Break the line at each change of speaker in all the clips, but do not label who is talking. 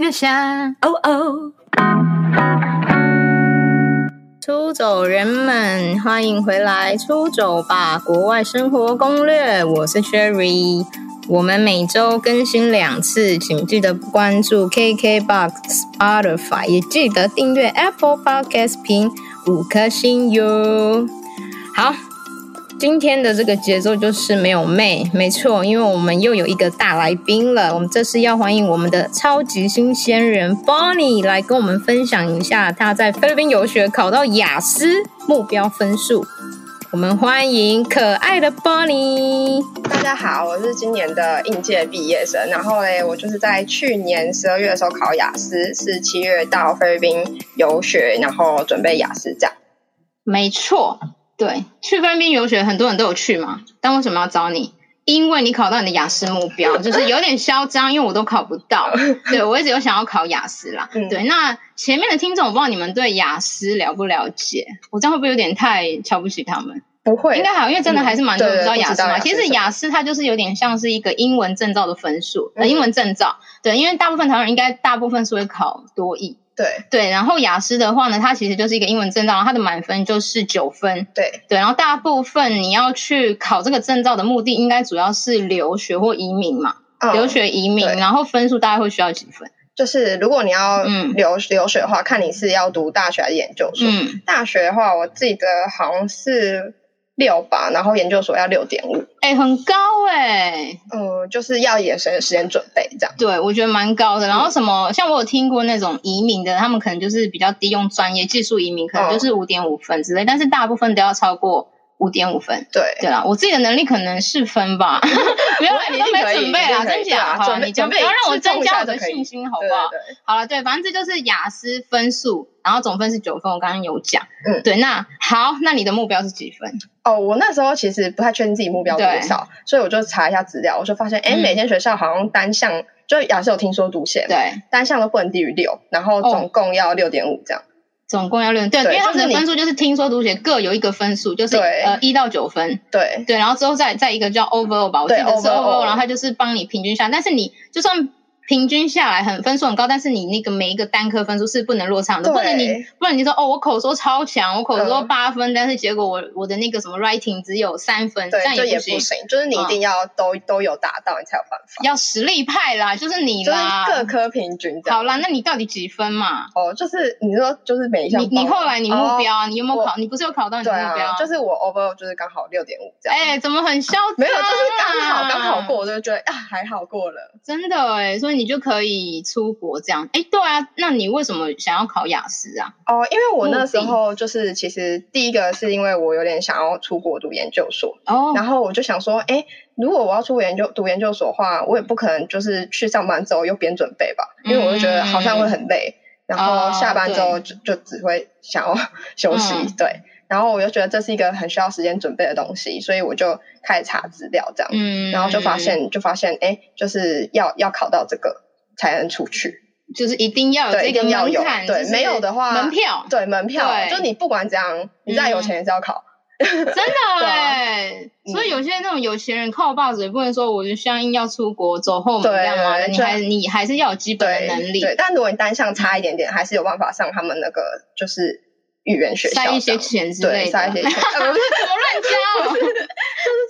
月下，
哦哦，
出走人们，欢迎回来！出走吧，国外生活攻略，我是 Sherry。我们每周更新两次，请记得关注 KKBox、Spotify，也记得订阅 Apple Podcast 评五颗星哟。好，今天的这个节奏就是没有妹，没错，因为我们又有一个大来宾了。我们这次要欢迎我们的超级新鲜人 Bonnie 来跟我们分享一下她在菲律宾游学考到雅思目标分数。我们欢迎可爱的 Bonnie。
大家好，我是今年的应届毕业生。然后嘞，我就是在去年十二月的时候考雅思，是七月到菲律宾游学，然后准备雅思这样。
没错，对，去菲律宾游学很多人都有去嘛，但为什么要找你？因为你考到你的雅思目标，就是有点嚣张，因为我都考不 到。对我一直有想要考雅思啦。
嗯
对，那前面的听众，我不知道你们对雅思了不了解，我这样会不会有点太瞧不起他们？
不会
应，该好，因为真的还是蛮嗯多人不知道雅思嘛。
嗯对对
其
不
实
知道
雅思它就是有点像是一个英文证照的分数，呃，
嗯
英文证照。对，因为大部分台湾人应该大部分是会考多译。
对
对，然后雅思的话呢，它其实就是一个英文证照，它的满分就是九分。
对
对，然后大部分你要去考这个证照的目的，应该主要是留学或移民嘛，
嗯
留学移民，
对
然后分数大概会需要几分？
就是如果你要
嗯
留、留学的话，看你是要读大学还是研究所。
嗯，
大学的话，我记得好像是六吧，然后研究所要六点五。
哎、很高哎、
嗯，就是要也省时间准备这样。
对我觉得蛮高的。然
嗯
后什么，像我有听过那种移民的，他们可能就是比较低，用专业技术移民
嗯
可能就是五点五分之类，但是大部分都要超过五点五分。
对，
对啦，我自己的能力可能是分吧， 没有啦，
你
都没
可以
准备啦，
你可以
真假？
对啊
好，
准备
你就
准
不
备
要让我
自重
增
一
加
下
我的
就可以
信心，好
对
不好？
对对，
好了，对，反正这就是雅思分数，然后总分是九分，我刚刚有讲。
嗯
对，那好，那你的目标是几分？
哦，我那时候其实不太确定自己目标多少，所以我就查一下资料，我就发现，哎、
嗯
每间学校好像单项，就雅思有听说读写嘛，
对，哦
单项都不能低于六，然后总共要六点五这样。
总共要六，对，因
对
为他们
就
的
是你
分数就是听说读写各有一个分数，就是
对
呃一到九分，
对，
对，然后之后再再一个叫 overall 吧，我记
对
得是
overall
overall，然后它就是帮你平均下来，但是你就算。平均下来很分数很高，但是你那个每一个单科分数是不能落差的，
对
不能你不能你说哦，我口说超强，我口说
嗯
八分，但是结果我我的那个什么 writing 只有三分，这
对，
样
这也
不行嗯
不。行，就是你一定要都、都有达到，你才有办法，
要实力派啦，就是你
就是
啦。
各科平均这样。
好啦，那你到底几分嘛？
哦，就是你说就是每一项
你你
包
后来你目标、
哦
啊，你有没有考？
我
你不是有考到你
对
的目标？
啊，就是我 overall 就是刚好六点五这样。
哎、怎么很嚣张、啊？
没有，就是刚好刚好过，，我就觉得啊，还好过了。
真的哎、所以你就可以出国这样。哎、对啊，那你为什么想要考雅思啊？
哦，因为我
目
那
的
时候就是，其实第一个是因为我有点想要出国读研究所，
哦，
然后我就想说，哎，如果我要出国研究读研究所的话，我也不可能就是去上班之后又边准备吧，因为我就觉得好像会很累，然
哦
后下班之后
对
就就只会想要 休息，
嗯
对。然后我就觉得这是一个很需要时间准备的东西，所以我就开始查资料这样，
嗯，
然后就发现就发现，哎，就是要要考到这个才能出去。
就是一定要有
对
这个
一定要
门
有
槛，
对
就是
没有的话
门票，
对门票，
对
就你不管怎样，你再有钱也是要考。
真的
对啊
哎、
嗯
所以有些那种有钱人靠把子，也不能说我就像硬要出国走后门这样啊，
对
你
就
还你还是要有基本的
对
能力，
对，但如果你单项差一点点，还是有办法上他们那个就是语言学校
塞一
这
些
样，
钱之类
对，
的，
塞一些钱，呃不是，
我乱加哦，
就是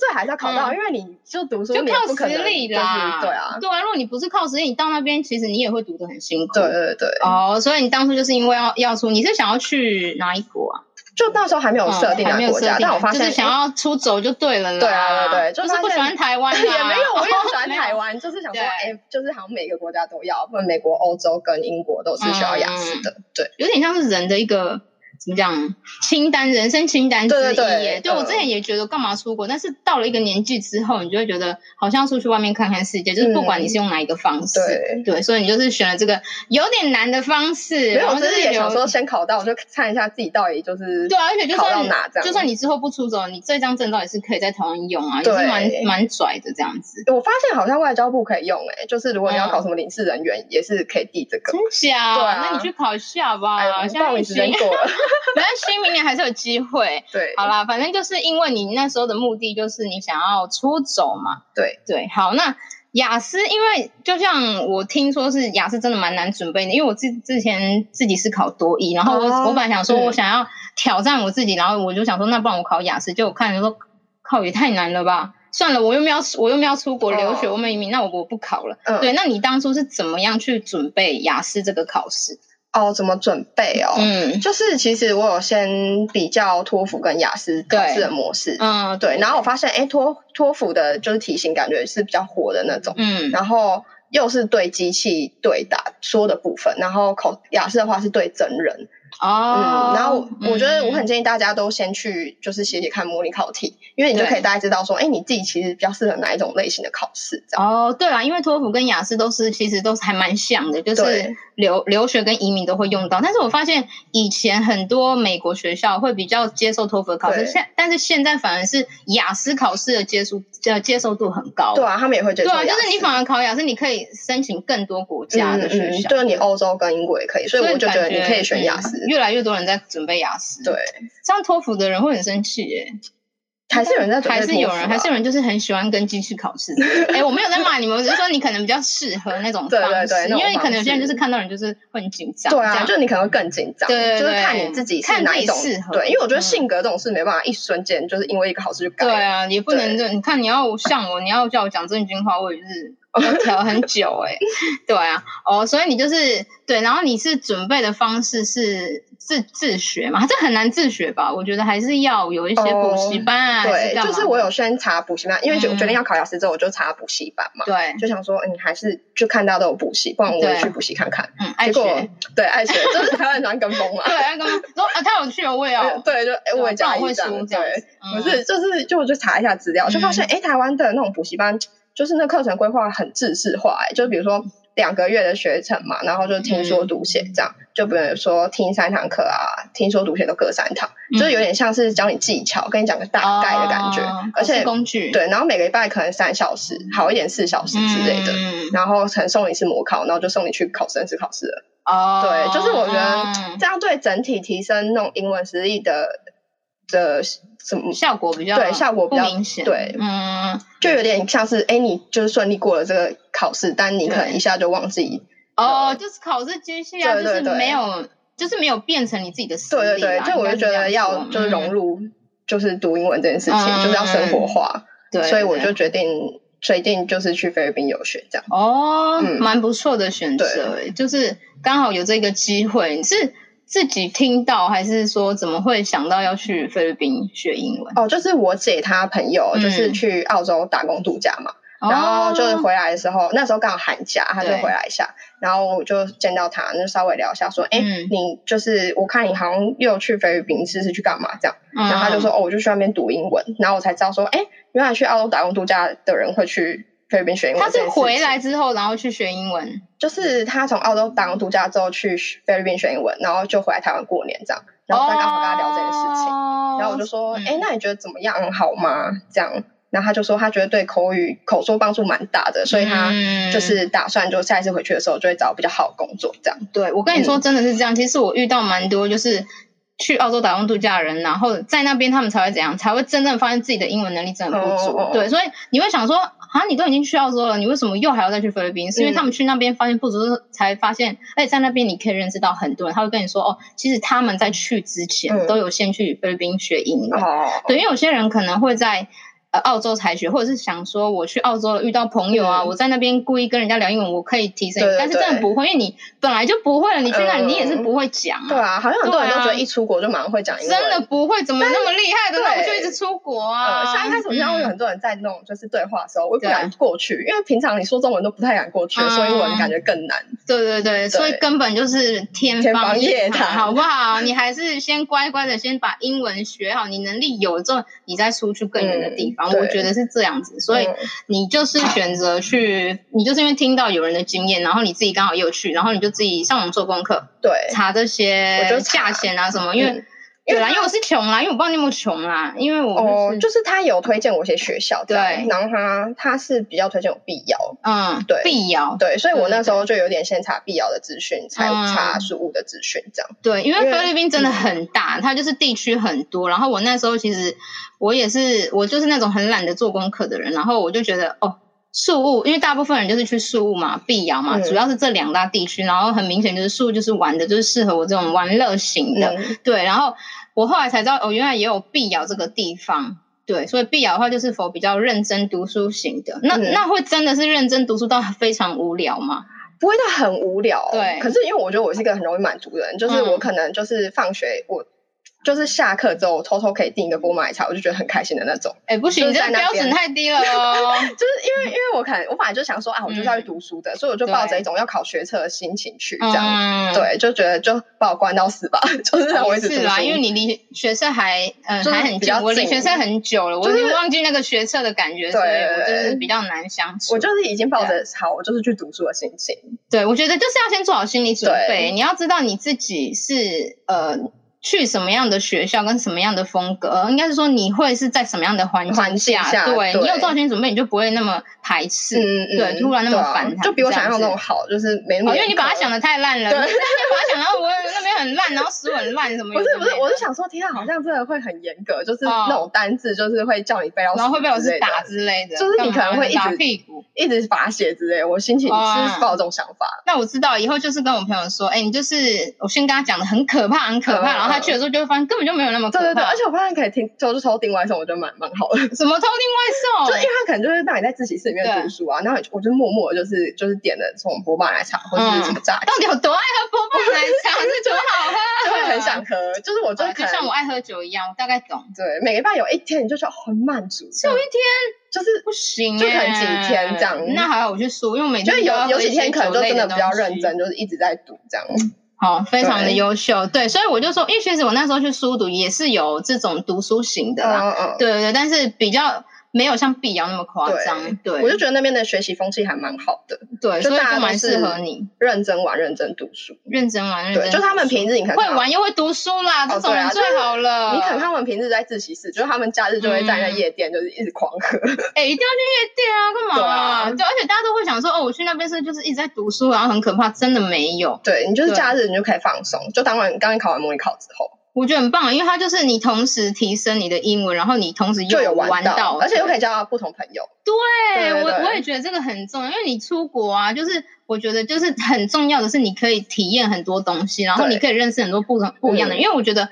这 还是要考到，因为你就读书，
嗯啊就
你也 不
靠
可
实
能
力
就是
啦。
对啊，
对啊，如果你不是靠实力，你到那边其实你也会读得很辛苦。
对。对对，
哦，所以你当初就是因为要要出，你是想要去哪一国啊？
就那时候还没有设定
嗯还没
那个
有
国
设
家
定，，
但我发现
就是想 要出走就对了啦。
对啊对对就
就
发
是
现
不喜欢台湾啊
哎
啦，
也没有，我也很喜 欢
没有
台湾，就是想说，
对
哎，就是好像每个国家都要，不然美国、欧洲跟英国都是需要雅思的，对
有点像是人的一个怎么讲清单，人生清单之一耶。
对对对
我
嗯
之前也觉得干嘛出国，但是到了一个年纪之后，你就会觉得好像出去外面看看世界，就是不管你是用哪一个方式，
嗯对。
对，所以你就是选了这个有点难的方式，
没
然
有，
后
我只是也
留
想说，先考到，我就看一下自己到底就是
对啊，而且就
考到
算
哪这样。
就算你之后不出走，你这张证照也是可以在台湾用啊，也是
对
蛮蛮拽的这样子。
我发现好像外交部可以用、欸，就是如果你要搞什么领事人员，也是可以递这个
嗯真。假？
对啊
那你去考一下吧。
哎呦，
现在
报
疫
名时间
情，
过了，
没关系，明年还是有机会。
对，
好啦，反正就是因为你那时候的目的就是你想要出走嘛。
对
对，好，那雅思，因为就像我听说是雅思真的蛮难准备的，因为我之之前自己是考多一，然后我、
哦
我本来想说
嗯
我想要挑战我自己，然后我就想说那不然我考雅思，结果我看了说靠也太难了吧，算了，我又没有我又没有出国留学，
哦
我没移民，那我我不考了。
嗯
对，那你当初是怎么样去准备雅思这个考试？
哦，怎么准备哦？
嗯
就是其实我有先比较托福跟雅思考试的模式，
嗯，
对，然后我发现，哎，托托福的就是题型感觉是比较火的那种，
嗯
然后又是对机器对答说的部分，然后口雅思的话是对真人，
哦
嗯，，然后我我觉得我很
嗯
建议大家都先去就是写写看模拟考题，因为你就
对
可以大概知道说，哎，你自己其实比较适合哪一种类型的考试，这样，
哦，对啦，因为托福跟雅思都是其实都是还蛮像的，就是
对
留留学跟移民都会用到。但是我发现以前很多美国学校会比较接受托福的考试，
对
现但是现在反而是雅思考试的接受呃接受度很高。
对啊，他们也会接
对
受
啊，
雅
就
思，
是你反而考雅思，你可以申请更多国家
嗯
的学
嗯，
校。
就是你欧洲跟英国也可以，所以我就觉
感
得
嗯
你可以选雅思
嗯，越来越多人在准备雅思。
对，。
像托福的人会很生气耶，
还是有人在准备
还是有
托福
人，
啊
还是有人就是很喜欢跟机器考 试。哎、我没有在骂你们，我只是说你可能比较适合那种方
对对
式，
对那种
因为可能有些人
方
就
式
是看到人就是会很紧张，
对
这
啊，
样
就你可能会更紧张，
对对对
就是看你自己是
看自
哪
己
一种
适合
对，因为我觉
嗯
得性格这种事没办法一瞬间就是因为一个考试就改。
对啊，也不能这，你看你要像我，你要叫我讲正经话，我也是要调很久哎、对啊，哦，所以你就是对，然后你是准备的方式是自自学嘛？这很难自学吧？我觉得还是要有一些补习班啊，还
哦对，
干嘛
就是我有先查补习班，因为就
嗯
我决定要考雅思之后，我就查补习班嘛，
对，
就想说，嗯，还是就看大家都有补习，不然我
对
也去补习看看。
嗯，爱
结果
学，
对爱学，就是台湾很喜欢跟风嘛
对，。爱跟说啊，他有去，我也要
对，对，就哎，我也
不然
讲
我会
一
输
讲，
这样
对，
子，
不
嗯
是，就是就我就查一下资料，就发现哎、诶台湾的那种补习班，就是那课程规划很制式化、诶就比如说两个月的学程嘛，然后就听说
嗯
读写这样，就比如说听三堂课啊，听说读写都各三堂，
嗯
就是有点像是教你技巧，跟你讲个大概的感觉，
哦
而
考
且
试工具
对，然后每个礼拜可能三小时，好一点四小时之类的。
嗯、
然后可能送你一次模考，然后就送你去考生试考试了。
哦，
对，就是我觉得
嗯
这样对整体提升那种英文实力的的什么
效果比较
对效果比
不
较
明显，
对
嗯，
就有点像是，哎，你就是顺利过了这个考试，但你可能
对
一下就忘记，
哦，就是考试机器啊，
对对
就是
对
没有，就是没有变成你自己的实力啊。
对对对，就我就觉得要
应该是这样说
就是融入，就是读英文这件事情，
嗯
就是要生活化，
嗯对，
所以我就
对
决定决定就是去菲律宾游学这样。
哦，
嗯
蛮不错的选择，欸就是刚好有这个机会，你是自己听到还是说怎么会想到要去菲律宾学英文？
哦，就是我姐她朋友
嗯
就是去澳洲打工度假嘛，
哦
然后就是回来的时候，那时候刚好寒假，她就
对
回来一下，然后我就见到她，就稍微聊一下说，哎、
嗯
你就是我看你好像又去菲律宾，是是去干嘛这样？
嗯，
然后他就说哦，我就去那边读英文，然后我才知道说，哎，原来去澳洲打工度假的人会去菲律宾学英文。
他是回，来之后，然后去学英文。
就是他从澳洲打工度假之后去菲律宾学英文，然后就回来台湾过年这样，然后再刚好跟他聊这件事情，
哦
然后我就说，
嗯
哎、那你觉得怎么样，好吗？这样，然后他就说他觉得对口语口说帮助蛮大的，所以他
嗯
就是打算就下一次回去的时候就会找比较好的工作这样。
对，我跟你
嗯
说，真的是这样。其实我遇到蛮多就是去澳洲打工度假的人，然后在那边他们才会怎样，才会真正发现自己的英文能力真的不足。
哦哦哦
对，所以你会想说，啊，你都已经去澳洲了，你为什么又还要再去菲律宾？是因为
嗯
他们去那边发现不足，才发现，而且在那边你可以认识到很多人，他会跟你说，哦，其实他们在去之前
嗯
都有先去菲律宾学英文。
哦，
对，因为有些人可能会在呃澳洲才学，或者是想说我去澳洲了遇到朋友啊，
嗯
我在那边故意跟人家聊英文，我可以提升，
对对
但是真的
对
不会，因为你本来就不会了，你去那里
嗯
你也是不会讲啊，
对啊，好像很多人都
对啊
觉得一出国就马上会讲英文，
真的不会，怎么那么厉害的？
对
那我就一直出国啊。
呃，像一开始我知道有很多人在弄就是对话的时候，我也
嗯
不
对
敢过去，因为平常你说中文都不太敢过去，
嗯
所以我感觉更难。
对对对，所以根本就是天
天
方
方
夜
夜
谭，
谭
好不好？你还是先乖乖的先把英文学好，你能力有了之后，你再出去更远的地方。
嗯对
我觉得是这样子，所以
嗯
你就是选择去，你就是因为听到有人的经验，然后你自己刚好也有去，然后你就自己上网做功课，
对，
查这
我就
些价
查
钱啊什么，因为。
嗯
对啦，因为我是穷啦，因为我不知道你有没有穷啦，因为我
哦
是，
就是他有推荐我一些学校，
对
对，然后他他是比较推荐我碧瑶，
嗯，
对
必要，
对，所以我
对
那时候就有点先查碧瑶的资讯，才
嗯
查苏武的资讯这样。
对，因为
因为嗯
菲律宾真的很大，它就是地区很多。然后我那时候其实我也是，我就是那种很懒得做功课的人，然后我就觉得哦，宿务，因为大部分人就是去宿务嘛、碧瑶嘛，
嗯
主要是这两大地区。然后很明显就是宿务就是玩的，就是适合我这种玩乐型的。
嗯
对，然后我后来才知道，哦，原来也有碧瑶这个地方。对，所以碧瑶的话就是否比较认真读书型的，那、
嗯
那会真的是认真读书到非常无聊吗？
不会到很无聊。
对
可是因为我觉得我是一个很容易满足的人，就是
嗯
我可能就是放学我。就是下课之后，我偷偷可以订一个波马奶茶，我就觉得很开心的那种。
哎，不行，
就
你
是
这
在
个
那
标准
边
太低了哦。
就是因为，因为我可能我本来就想说啊，我就是要去读书的，所以我就抱着
嗯对
一种要考学测的心情去 这样。
嗯，
对，就觉得就把我关到死吧， 就是让我
也
一直读
是
书。
啦，因为你离学社还嗯、
就是
还很近
比较，
我离
近
学社很久了，
就是
我已经忘记那个学社的感觉，
对
所以我就是
对
比较难相处。
我就是已经抱着好，我就是去读书的心情。
对，我觉得就是要先做好心理准备，
对
你要知道你自己是呃去什么样的学校跟什么样的风格，呃应该是说你会是在什么样的环
环境
下，
下
对
对
你有做好心理准备，你就不会那么排斥。
嗯嗯嗯，
对突然那么
对啊
反弹
就比我想
这
象
样
中
子
好，就是没那么
哦，
嗯严格。
因为你把它想的太烂了，你
对
你把它想到我那边很烂，然后食很烂什么有
不
的没的，
是不是，我是想说，天啊，好像真的会很严格，就是
哦
那种单字，就是会叫你背到，
然后会被老师打
字，
之类的，
就是你可能会一直
干嘛打屁股。
一直罚写之类的。我心情
哇
是抱这种想法，
那我知道以后就是跟我朋友说，哎、你就是我先跟他讲的很可怕，很可怕，
嗯
然后他去的时候就会发现根本就没有那么可怕。
对对对，而且我发现可以听，就是偷听外送，我觉得蛮蛮好的。
什么偷听
就
外
因
送
为，他可能就是让你在自习室里面读书啊，然后我就默默地就是就是点了从波霸奶茶或者是什么 炸鸡，
到底有多爱喝波霸奶茶是多好喝，
就会很想喝。就是我就是
对，
可
就
能
像我爱喝酒一样，我大概懂。
对每个礼拜有一天你就觉得很满足，
只有一天
就是
不行、欸，
就可能几天这样
那还好，我去输，因为我每
就
天
是
都要
有有
喝一
几
些
天可能
酒
就
类
真的
的
比较
东西嗯
认真，就是一直在读这样。
好，非常的
对
优秀。对，所以我就说，因为其实我那时候去书读也是有这种读书型的啦，
嗯嗯。
对对对，但是比较没有像碧瑶那么夸张，对，
我就觉得那边的学习风气还蛮好的，
对，
就
所以
大家
就
都
蛮适
是
合你，
认真玩、认真读书。
认真玩，认
对，
真
就他们
读书
平日你可能
会玩又会读书啦，这种人
对啊
最好了。
你可能他们平日在自习室，就是他们假日就会站在夜店，
嗯
就是一直狂喝。
哎，一定要去夜店啊，干嘛啊？
对啊
对，而且大家都会想说，哦，我去那边是就是一直在读书，然后很可怕，真的没有，
对你就是
对
假日你就可以放松，就当完刚刚考完模拟考之后，
我觉得很棒，因为它就是你同时提升你的英文，然后你同时又
就有
玩
玩到，而且又可
以
以交到不同朋友。
对
对对
我
对
我也觉得这个很重要，因为你出国啊，就是我觉得就是很重要的是你可以体验很多东西，然后
对嗯
你可以认识很多不同不一样的，因为我觉得。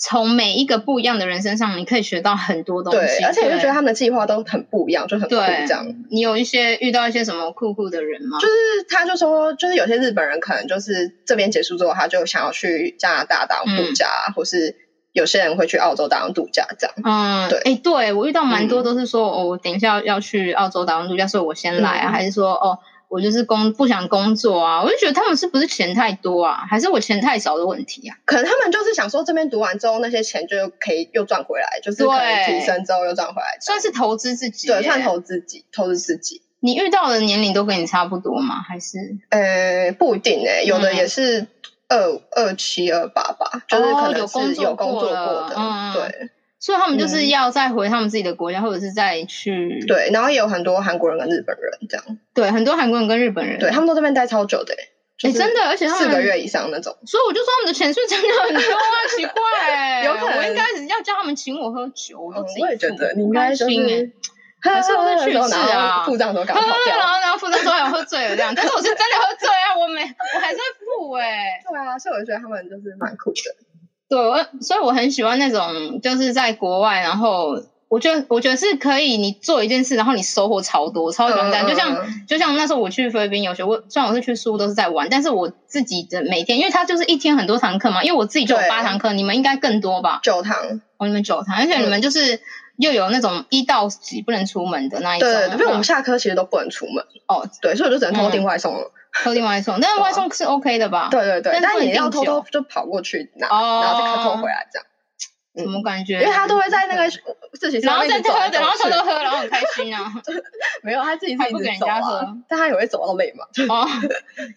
从每一个不一样的人身上，你可以学到很多东西。
对，而且我就觉
对
得他们的计划都很不一样，就很酷
对
这样。
你有一些遇到一些什么酷酷的人吗？
就是他就说，就是有些日本人可能就是这边结束之后，他就想要去加拿大当度假，或是有些人会去澳洲当度假这样。
嗯，
对
哎、对我遇到蛮多
嗯
都是说，哦，我等一下要去澳洲打工度假，所以我先来啊，
嗯
还是说，哦，我就是工不想工作啊？我就觉得他们是不是钱太多啊，还是我钱太少的问题啊？
可能他们就是想说，这边读完之后那些钱就可以又赚回来，就是可能
对
提升之后又赚回来这
算
样，
是投资自己，
对，算。投资自己，投资自己。
你遇到的年龄都跟你差不多吗？还是
呃，不一定诶、有的
嗯
也是二二七二八吧，就是可
哦有
能
工
是
作
有工
过
作
了
过的，
嗯
对
所以他们就是要再回他们自己的国家，或者是再去
嗯对，然后也有很多韩国人跟日本人这样，
对很多韩国人跟日本人，
对
哎、
他们都这边待超久的、欸，就是
真的，而且他们
四个月以上那种。
所以我就说他们的钱是真的很多啊， 奇怪、欸，
有可能
我应该是要叫他们请我喝酒，我都
嗯
自己付、
我也觉得你应
开
该就
心哎、
是，
还是我是去 世啊
付账都
喝
赶快跑
了，
掉。
然后然后副站说我喝醉了这样，但是我是真的喝醉啊，我没我还是会付哎、
对啊，所以我觉得他们就是蛮酷的。
对，我所以我很喜欢那种就是在国外，然后我觉得我觉得是可以你做一件事，然后你收获超多，超喜欢这样，
嗯嗯
就像
嗯
就像那时候我去菲律宾游学，我虽然我是去苏都是在玩，但是我自己的每天，因为它就是一天很多堂课嘛，因为我自己就有
对
八堂课，你们应该更多吧？
酒堂，
哦，你们九堂，而且你们就是又有那种一到几不能出门的那一种，
对对对，因为我们
嗯
下课其实都不能出门，
哦
对，所以我就只能偷订外送了。
特定外送，但是外送是 OK 的吧？，
对对对，
哦但是不
但
能
你要
订
偷
酒
偷就跑过去拿，
哦
然后再偷偷回来这样，嗯
怎么感觉？
因为他都会在那个自习室
然后
上
再
面
偷
走来
喝
走
的，然后偷偷
去
喝，然后很开心啊。
没有，他自己是
还
一
不给
直
人
走
家
啊
喝，
但他也会走到累嘛。
哦，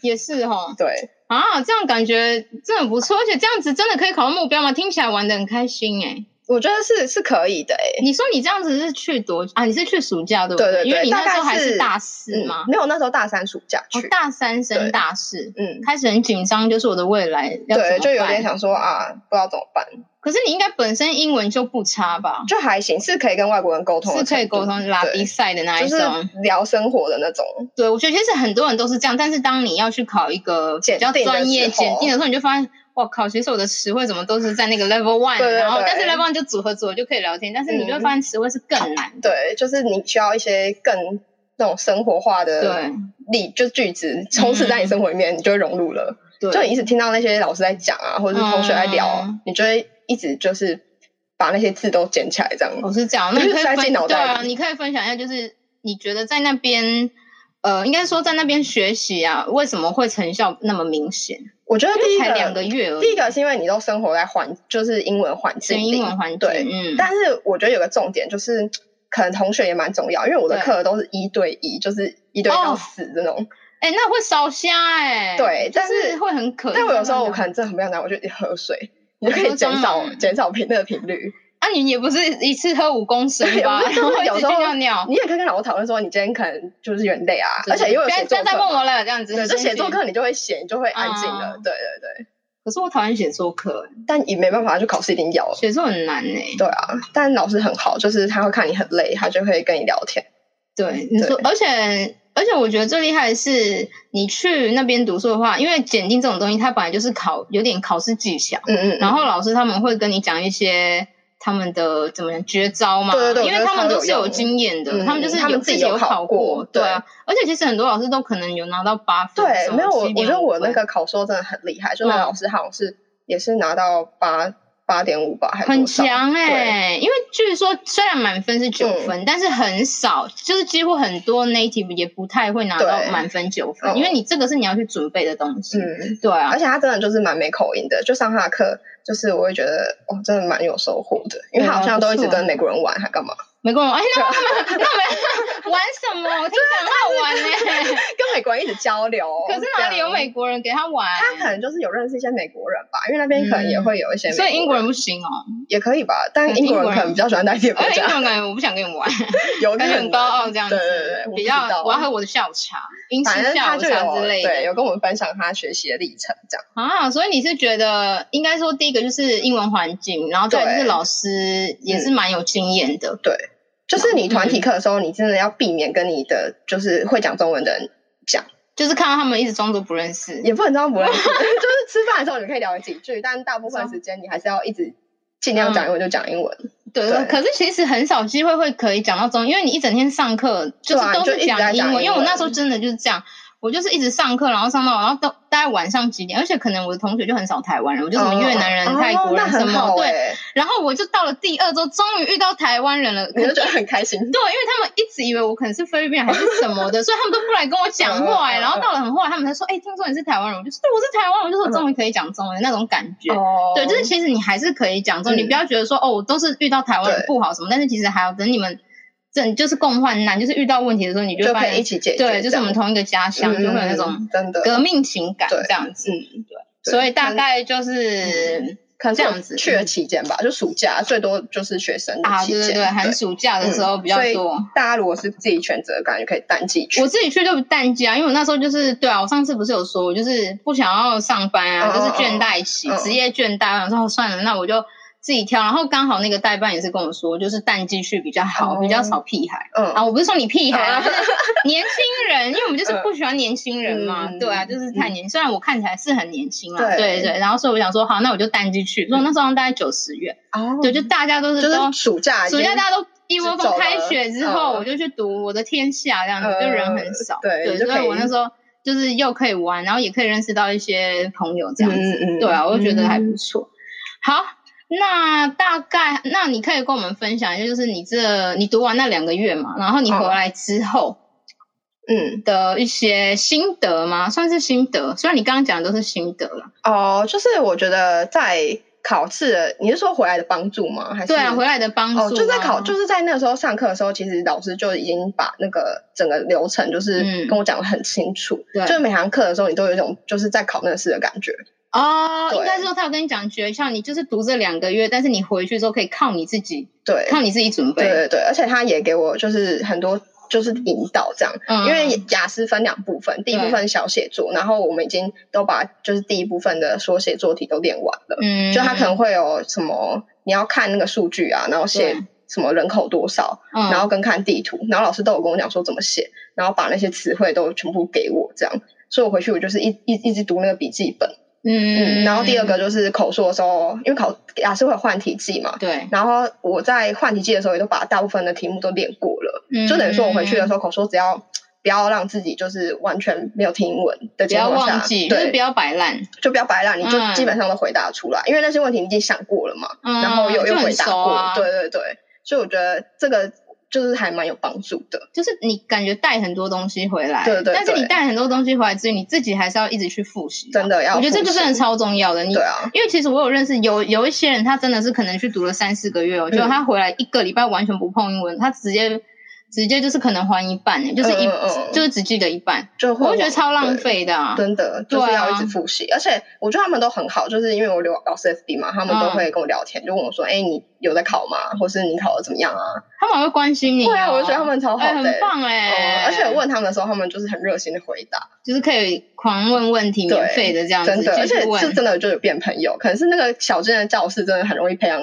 也是哦。
对，
啊，这样感觉真的不错，而且这样子真的可以考到目标吗？听起来玩的很开心哎、
我觉得是是可以的欸诶。
你说你这样子是去多啊？你是去暑假对不对？
对对对
因为你那时候
大概
还是
是
大四吗
嗯？没有，那时候大三暑假
哦
去，，
大三升
对
大四，
嗯，
开始很紧张，就是我的未来要怎么办？哦
对，就有点想说啊，不知道怎么办。
可是你应该本身英文就不差吧？
就还行，是可以跟外国人沟通的
是
程度，
可以沟通拉比赛的那
对，
一
就
种。
是聊生活的那种。
对，我觉得其实很多人都是这样，但是当你要去考一个比较专业
检定的时候
检定的时候，你就发现，哇靠，其实我的词汇怎么都是在那个 level one，
对对嗯
然后
对
但是 level one 就组合组合就可以聊天，但是你就会发现词汇是更难的。
对，就是你需要一些更那种生活化的
对
例，就句子，从此在你生活里面你就会融入了。
嗯对，
就你一直听到那些老师在讲啊，或者是同学在聊啊，
嗯
你就会一直就是把那些字都捡起来这样。
我是这样，那你
就是
可以
塞进
分
脑
对
袋
啊，
里
你可以分享一下，就是你觉得在那边，呃，应该说在那边学习啊，为什么会成效那么明显？
我觉得第
因为
一
才两个
个，
月而已，
第一个是因为你都生活在环，就是英文环
全
境里，
英文环境，
对
嗯，
但是我觉得有个重点就是，可能同学也蛮重要，因为我的
对
课都是一对一，就是一对一到
哦
死这种。
哎、那会烧虾哎、
对
就
但是
是会很哦可惜。
但我有时候
真
我
的
可能真的很不想拿，我就一直喝水，你就可
喝
以
中
减少
嘛
减少频那个频率。
啊，你也不是一次喝五公升
对
吧？
我就是
然后一
有
直
时
去
候
尿尿。
你也可以跟老师讨论说，你今天可能就是有点累啊，而且因为有
不要
写作
不要再
课
问
嘛，
我了，这样子。
对，
先
就写
去
作。课你就会写，你就会安静了。
啊
对对对，
可是我讨厌写作课，欸
但也没办法，就考试一定要。
写作很难哎。
对啊，但老师很好，就是他会看你很累，他就会跟你聊天。
对，你说，而且而且我觉得最厉害的是，你去那边读书的话，因为检定这种东西，它本来就是考有点考试技巧，
嗯嗯，
然后老师他们会跟你讲一些。他们的怎么样绝招嘛？
对对对
因为
我觉得
他们都是
超有
有
用
经验的，
嗯
他们就是
他们
有
自己
有
有考
考
过
对啊。而且其实很多老师都可能有拿到八分，
对，
什么
没有我，
7.5
我觉得我那
分
个考说真的很厉害，就那
嗯
老师好像是也是拿到八八点五吧，还是
很
多少？
强哎、因为据说虽然满分是九
嗯
分、但是很少，就是几乎很多 native 也不太会拿到
对
满分九分，
嗯
因为你这个是你要去准备的东西。
嗯，
对啊
而，且他真的就是蛮没口音的，就上他的课，就是我会觉得哦，真的蛮有收获的，因为
啊
他好像都一直跟美国人玩，还干嘛？
美国人哎， 那我们那我们玩什么？我听起来很好玩 哎、
跟美国人一直交流。
可是哪里有
这样？
美国人给他玩？
他可能就是有认识一些美国人吧，因为那边可能也会有一些美
所以英国
人
人不嗯行哦，
也可以吧，但英国人可能比较喜欢待自己的国
而且英
家
国，人感觉我不想跟你 玩，
有
感觉很哦
可能
高傲这样子，
对对对，我不
比
知
较
道
我要喝我的下午茶，英
反
式
正
下
他
午
就
茶
有
啊之类的，
对，有跟我们分享他学习的历程，这样。
啊，所以你是觉得应该说第一个就是英文环境，然后再来就是
对嗯
老师也是蛮有经验的，哦
就是你团体
嗯
课的时候，你真的要避免跟你的就是会讲中文的人讲，
就是看到他们一直装作不认识。
也不能装不 认识。就是吃饭的时候你可以聊几句，但大部分时间你还是要一直尽量讲英文就讲英文。
对，
对
可是其实很少机会会可以讲到中文，因为你一整天上课就是
对啊
都
你就是一直在
讲
讲
英
英
文。
文
因为我那时候真的就是这样，我就是一直上课，然后上到然后到大概晚上几点，而且可能我的同学就很少台湾人，我就什么越南人、
哦
泰国
那
人什
很
么
好
对，
欸
然后我就到了第二周，终于遇到台湾人了，可
你就
能
觉得很开心。
对，因为他们一直以为我可能是菲律宾人还是什么的，所以他们都不来跟我讲话、哎，
嗯嗯嗯
然后到了很后来，他们才说：“哎、听说你是台湾人。”我就说：“对，我是台湾人。”我就说：“终于可以讲中文的那种感觉。
哦
对，就是其实你还是可以讲中文，
嗯
你不要觉得说哦，我都是遇到台湾人
对
不好什么，但是其实还要等你们真就是共患难，就是遇到问题的时候，你就
就
发
可以一
现
起解决这样。
对，就是我们同一个家乡，就会有那种
嗯真的
革命情感
对
这样子。
嗯
对，所以大概就是
可能
这样子
是去的期间吧，就暑假最多就是学生的
啊，
期
对
间，
对对，寒暑假的时候比较
嗯所以
多。
大家如果是自己选择，感觉可以淡季去。
我自己去就淡季啊，因为我那时候就是对啊，我上次不是有说，我就是不想要上班啊，
嗯
就是倦怠期，
嗯嗯
职业倦怠。我想说哦算了，那我就自己挑。然后刚好那个代办也是跟我说，就是淡季去比较好，
哦
比较少屁孩
嗯
啊。我不是说你屁 孩啊，
嗯
就是年轻人，因为我们就是不喜欢年轻人嘛，
嗯
对啊，就是太年。虽然我看起来是很年轻啊，
对
对对。然后所以我想说，好，那我就淡季去。所以我那时候大概九十月，
哦
对，就大家都是
就
都
是暑假已经，
暑假大家都一窝
就走
蜂，
了
开学之后
嗯
我就去读我的天下，这样子、
嗯
就人很少，
对就可以
所以我那时候就是又可以玩，然后也可以认识到一些朋友，这样子，
嗯嗯嗯
对啊，我就觉得还不错。好，那大概那你可以跟我们分享一下，就是你这你读完那两个月嘛，然后你回来之后
嗯。
的一些心得吗？算是心得，虽然你刚刚讲的都是心得了，
哦，就是我觉得在考试的，你是说回来的帮助吗？还是
对啊，回来的帮助啊、
哦，就在考，就是在那时候上课的时候，其实老师就已经把那个整个流程就是
嗯
跟我讲的很清楚，
对
就每堂课的时候，你都有一种就是在考那个试的感觉。
哦，
对
应该说他有跟你讲诀窍，你就是读这两个月，但是你回去之后可以靠你自己，
对，
靠你自己准
对
备。
对对，而且他也给我就是很多就是引导这样。
嗯
因为雅思分两部分，第一部分是小写作，然后我们已经都把就是第一部分的缩写作题都练完了，
嗯，
就它可能会有什么你要看那个数据啊，然后写
对
什么人口多少，
嗯，
然后跟看地图，然后老师都有跟我讲说怎么写，然后把那些词汇都全部给我这样，所以我回去我就是一一一直读那个笔记本，
嗯，
嗯，然后第二个就是口述的时候，因为考雅思会有换题记嘛。
对，
然后我在换题记的时候，也都把大部分的题目都练过了。
嗯
就等于说我回去的时
候
候，口说只要不要让自己就是完全没有听英文的
不
情
要
况下
忘，记，就是不
对，
要摆烂，
就不要摆烂，你就
嗯
基本上都回答出来，因为那些问题你已经想过了嘛，
嗯
然后又又
就很
回答
熟啊
过，对对对，所以我觉得这个就是还蛮有帮助的，
就是你感觉带很多东西回来，
对对
但是你
对
带很多东西回来之余，你自己还是要一直去复习啊。
真的要
我觉得这个
复习
真的超重要的。你
对啊，
因为其实我有认识有有一些人，他真的是可能去读了三四个月哦，就
嗯
他回来一个礼拜完全不碰英文，他直接直接就是可能还一半欸呢，就是一
嗯嗯嗯
就是只记得一半，
就
我
会
会觉得超浪费的啊。
对。真的就是
对啊
要一直复习，而且我觉得他们都很好，就是因为我留老师 FB 嘛，他们都
嗯
会跟我聊天，就问我说：“哎、你有在考吗？或是你考的怎么样啊
他们还会关心？”你哦。
对啊，我就觉得他们超好
哎
的、
很棒哎
嗯，而且我问他们的时候，他们就是很热心的回答，
就是可以狂问问题，
对
免费的这样子，
真的，而
继
且
续问
是。真的就有变朋友。可能是那个小镇的教室真的很容易培养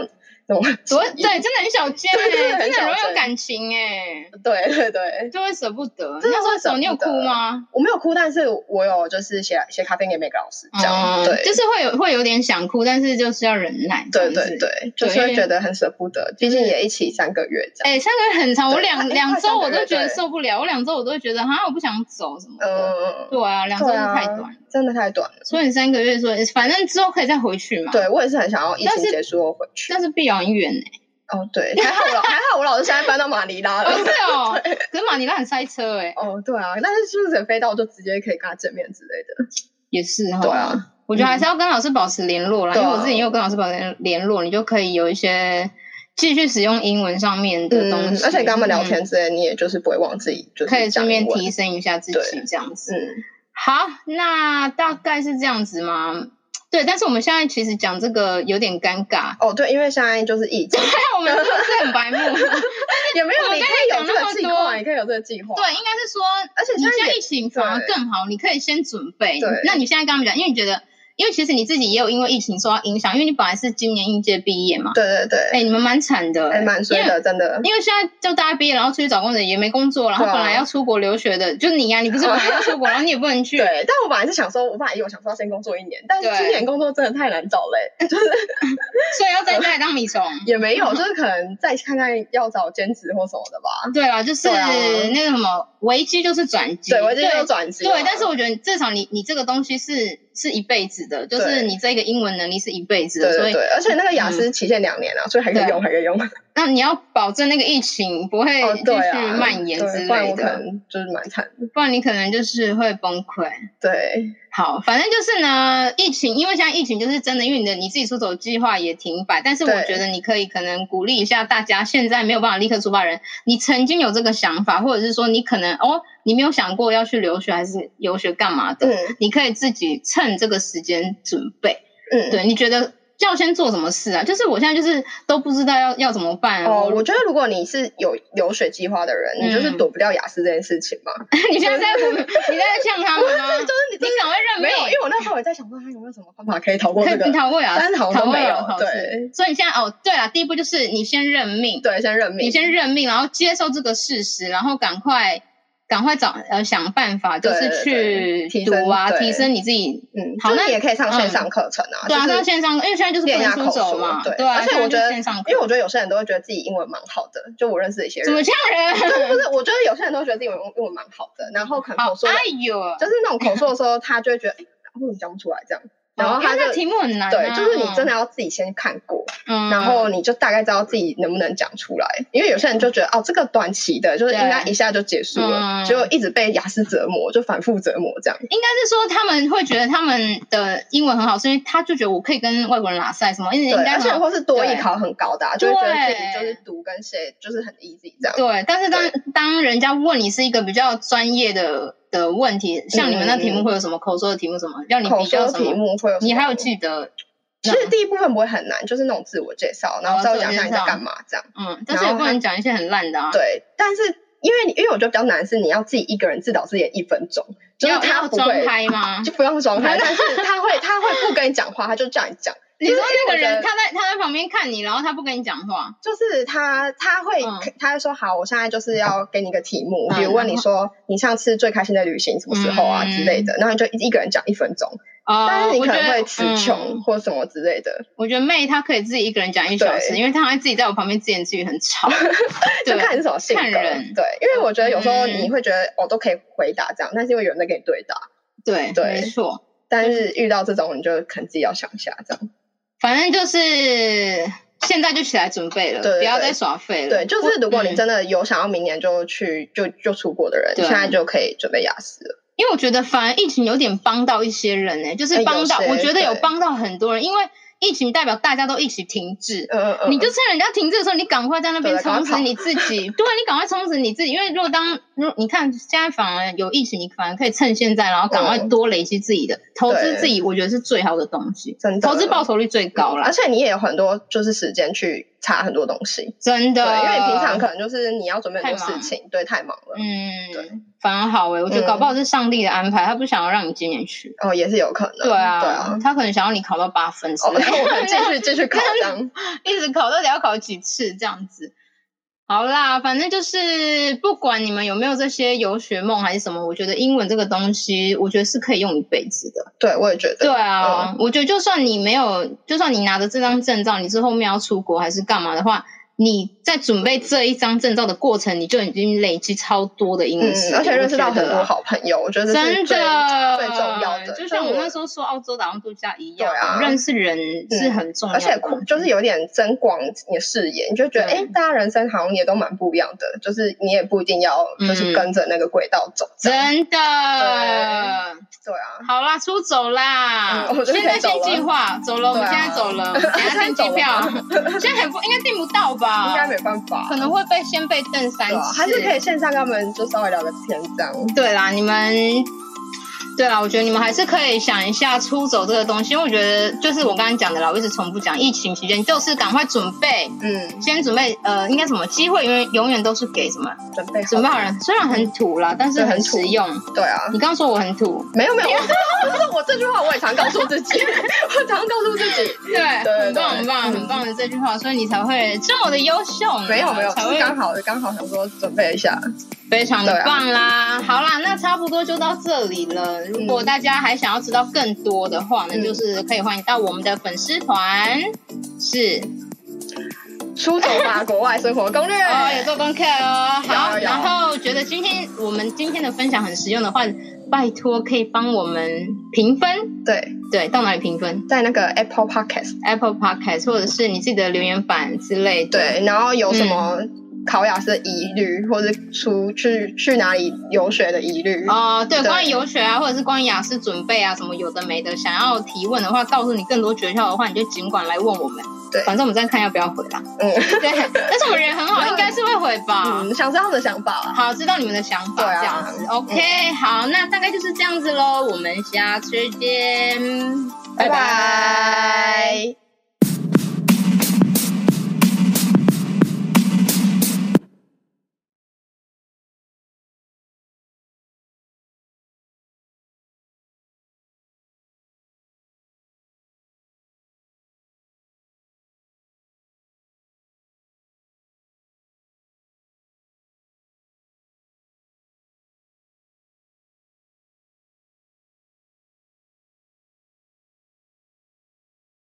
那种
所以
情谊
对，真的很小间哎、
对真的很
真的很容
小
易有
间
感情哎、
对对对，
就会舍不得。
真的
那时候
会舍
手你有哭
不得
吗？
我没有哭，但是我有就是写写卡片给每个老师这样，
嗯，
对，
就是会有会有点想哭，但是就是要忍耐。
对
这样子
对。对，就是会觉得很舍不得，毕竟也一起三个月这样。
哎、三个月很长，我
对
两
哎
两
快
周
三个
我都
月
觉得
对
受不了，我两周我都觉得哈，我不想走什么的。
嗯，
对啊，两周
对
是
啊
太短了，
真的太短了。
所以你三个月说，反正之后可以再回去嘛。，
对我也是很想要疫
但
情
是
结束后回去。
但是碧昂远 哎。
哦，对，还好我老还好我老师现在搬到马尼拉
哦，
了。
对哦，可是马尼拉很塞车哎、
哦，对啊，但是是不是飞到就直接可以跟他见面之类
嗯
的？
也是哈。
对啊，
我觉得还是要跟老师保持联络啦，
对
因
啊
为我自己也有跟老师保持联络，你就可以有一些继续使用英文上面的东西，
而且跟他们聊天
嗯
之类，你也就是不会忘记，就是
可以顺
讲
便
英文
提升一下自己
对
这样子。
嗯，
好，那大概是这样子吗？对，但是我们现在其实讲这个有点尴尬，
哦，对，因为现在就是疫情，
但我们是不是很白目？ 对，
也没
我
有，
们
你
刚
可
才
以
讲
有这
那么
个计
多
划，你可以有这个计划。
应该是说，
而且
你
现
现
在
在
也
疫情反而更好，你可以先准备
对。
那你现在跟他们讲，因为你觉得，因为其实你自己也有因为疫情受到影响，因为你本来是今年应届毕业嘛，
对对对，
哎、你们蛮惨的、
还蛮衰
因为。
的，真的。
因为现在就大家毕业，然后出去找工作也没工作，然后
对
本
啊
来要出国留学的，就你呀、你不是本来要出国，然后你也不能去，
对，但我本来是想说，我本来有想说要先工作一年，但是
对
今年工作真的太难找欸嘞、
所以要在家里当米虫。
也 没有，就是可能再看看要找兼职或什么的吧。
对啦，就是
对啊
那个什么，危机就是转机。
对，我这就转啊职
对
了。
对，但是我觉得至少你你这个东西是是一辈子的，就是
对
你这个英文能力是一嗯辈子
对
的，所
对
以
对，而且那个雅思期限两年啊，所以还可以用，还可以用。哦，
那你要保证那个疫情不会继
对
续
啊，
蔓延之
对不然
类
我可
的，
能就是蛮惨的。
不然你可能就是会崩溃。
对，
好，反正就是呢，疫情，因为现在疫情就是真的，因为你的你自己出走计划也停摆，但是我
对
觉得你可以可能鼓励一下大家，现在没有办法立刻出发的人，你曾经有这个想法，或者是说你可能哦，你没有想过要去留学还是游学干嘛的，
嗯
你可以自己趁这个时间准备。
嗯，
对，你啊觉得要先做什么事啊？就是我现在就是都不知道要要怎么办、啊。
哦，
我
我觉得如果你是有留学计划的人，
嗯
你就是躲不掉雅思这件 事情嘛。
你现在在你在呛他 们吗？
就是你
你赶快认
没
命
有，因为我那时候也在想说，他有没有什么方法可以逃过
可
这
以
个？
逃过雅
但
思，
是好像
逃
都
过
没有
雅思考试
对。
啊所以你现在哦，对了，第一步就是你先认命，
对，先认
你
命。
先认命，然后接受这个事实，然后赶快赶快找呃想办法，就
对
是去
对提升
读啊，
对
提升你自己。
嗯，
好
就
那
是你也可以上线上课程啊，
对啊，
就
像
是
线上，因为现在就是不
练一
能
下
出
口
走
说
嘛，。
对，
啊，
而且我
现在就
觉得，
线上课
因为我觉得有些人都会觉得自己英文蛮好的，就我认识的一些
怎么
人，
呛人？
不是，我觉得有些人都觉得自己英文英文蛮好的，然后可能
好
口说
哎
的，
呦，
就是那种口说的时候，他就会觉得，哎，为什么讲不出来这
哦
样？然后
因
他
为那
就
题目很难啊，
对，就是你真
的，
的要自己先看过，
嗯
然后你就大概知道自己能不能讲出来，因为有些人就觉得哦，这个短期的，就是应该
对
一下就结束了
嗯，
结果一直被雅思折磨，就反复折磨这样。
应该是说他们会觉得他们的英文很好，所以他就觉得我可以跟外国人拉塞什么，因为
对，
应该
而且
很好
或是多艺考很高的啊，就会觉得自己
对
就是读跟写就是很 easy 这样。
对，但是当当人家问你是一个比较专业的的问题，像你们那题目会有什么口说的题目什么，要你
口
比较什
说题
么，
目会有什么，
你还有记得，
其实第一部分不会很难，就是那
哦
种自我介绍，然后稍微讲一下你在干嘛这样。
嗯，但是也不能讲一些很烂的啊。
对，但是因为因为我觉得比较难是你要自己一个人自导自演一分钟，就是
要
他
要
不
装
会
嗨吗？
就不 用装开，但是他会他会不跟你讲话，他就叫你讲。
你说那个
因为我觉
人
得
他在他在旁边看你，然后他不跟你讲话，
就是他，他会，
嗯
他会说好，我现在就是要给你一个题目，
嗯
比如问你说你上次最开心的旅行什么时候啊、
嗯
之类的，然后你就一个人讲一分钟，
哦
但是你可能会
我
词
觉得
穷
嗯
或什么之类的，
我觉得妹她可以自己一个人讲一小时，
对
因为她还会自己在我旁边自言自语，很 吵。对啊
就看你是什么性格。
看人
对，因为我觉得有时候
嗯
你会觉得哦都可以回答这样，但是因为有人在跟你对答，
对
对
没错。
但
嗯
是遇到这种你就可能自己要想一下这样。
反正就是现在就起来准备了，
对对
不要
对
再耍废了。
对，就是如果你
嗯
真的有想要明年就去就就出国的人，
对啊
现在就可以准备雅思了。
因为我觉得反而疫情有点帮到一些人呢、就是
哎
帮到，
有些
我觉得有
对
帮到很多人，因为疫情代表大家都一起停滞。
嗯嗯嗯，
你就趁人家停滞的时候，你赶快在那边
对赶快
充实
跑
你自 己。对，啊你赶快充实你自己，因为如果当如你看现在反而有疫情，你反而可以趁现在，然后赶快
嗯
多累积自己的、投资
对
自己，我觉得是最好的东西。
真的啊
投资报酬率最高啦
而，且你也有很多就是时间去查很多东西。
真的。
对，因为你平常可能就是你要准备很多
啊太忙
事情，对，太忙了。对
嗯，反而好诶、我觉得搞
嗯
不好是上帝的安排，他不想要让你今年去。
哦，也是有可能。
对啊，
对啊。
他可能想要你考到八分之
哦，
类
那
的，
我 们继续继续考这样。
一直考到底要考几次这样子。好啦，反正就是不管你们有没有这些游学梦还是什么，我觉得英文这个东西，我觉得是可以用一辈子的。
对，嗯我也觉
对
得。
啊，我觉得就算你没有，就算你拿着这张证照，你是后面要出国还是干嘛的话，你在准备这一张证照的过程，你就已经累积超多的英文实力、
嗯，而且认识到很多
我觉得啊
好朋友，我觉得这
真
是最
的
最重要的。
就像我
就是
那时候说澳洲打工度假一样，
对啊
认识人是很重要
而
的
且
东西、
就是有点增广你的视野，你就觉得哎、
对
诶大家人生好像也都蛮不一样的，就是你也不一定要就
嗯
是跟着那个轨道走。这样
真的
对。对啊，
好啦，出走啦！
嗯我觉得
现在
可
先
以走了
计划，走了，我们
对啊
现在走 了，等一下订
现在
机
走了
票
吗，
现在很不应该订不到吧？
应该没办法
可，能会被先被瞪三
对
次
啊，还是可以线上跟他们就稍微聊个天这样。
对啦，你们。对啦，我觉得你们还是可以想一下出走这个东西，因为我觉得就是我刚才讲的啦，我一直重复讲，疫情期间就是赶快准备，
嗯，
先准备，呃，应该什么机会，因为永远都是给什么
准备
准备好人，虽然很土啦，但是
对很
很
土
实用。
对啊，
你刚说我很土，
没有没有，我知道我知道我这句话我也常告诉自己，我常告诉自己，
对，
对
很棒
对
很棒
嗯
很棒的这句话，所以你才会这么的优秀呢，
没有没有，
才
只是
会
刚好刚好想说准备一下，
非常的
对啊
棒啦！好啦，那差不多就到这里了。如果大家还想要知道更多的话呢，
嗯
就是可以欢迎到我们的粉丝团，是
出走吧，国外生活攻略。
哦，有做功课哦。好，
有有
然后觉得今天我们今天的分享很实用的话，拜托可以帮我们评分，
对，
对，到哪里评分
在那个 Apple Podcast
？Apple Podcast 或者是你自己的留言板之类的。
对，然后有什么考雅思的疑虑，或者出去去哪里游学的疑虑，
哦，对，
嗯对
关于游学啊，或者是关于雅思准备啊，什么有的没的，想要提问的话，告诉你更多诀窍的话，你就尽管来问我们。
对
反正我们再看要不要回啦。
嗯
对，但是我们人很好，
对
应该是会回吧。
嗯， 想知道他们的想法啦。
好，知道你们的想法，
对啊
这样子。OK，好，那大概就是这样子喽，我们下次见，
拜拜。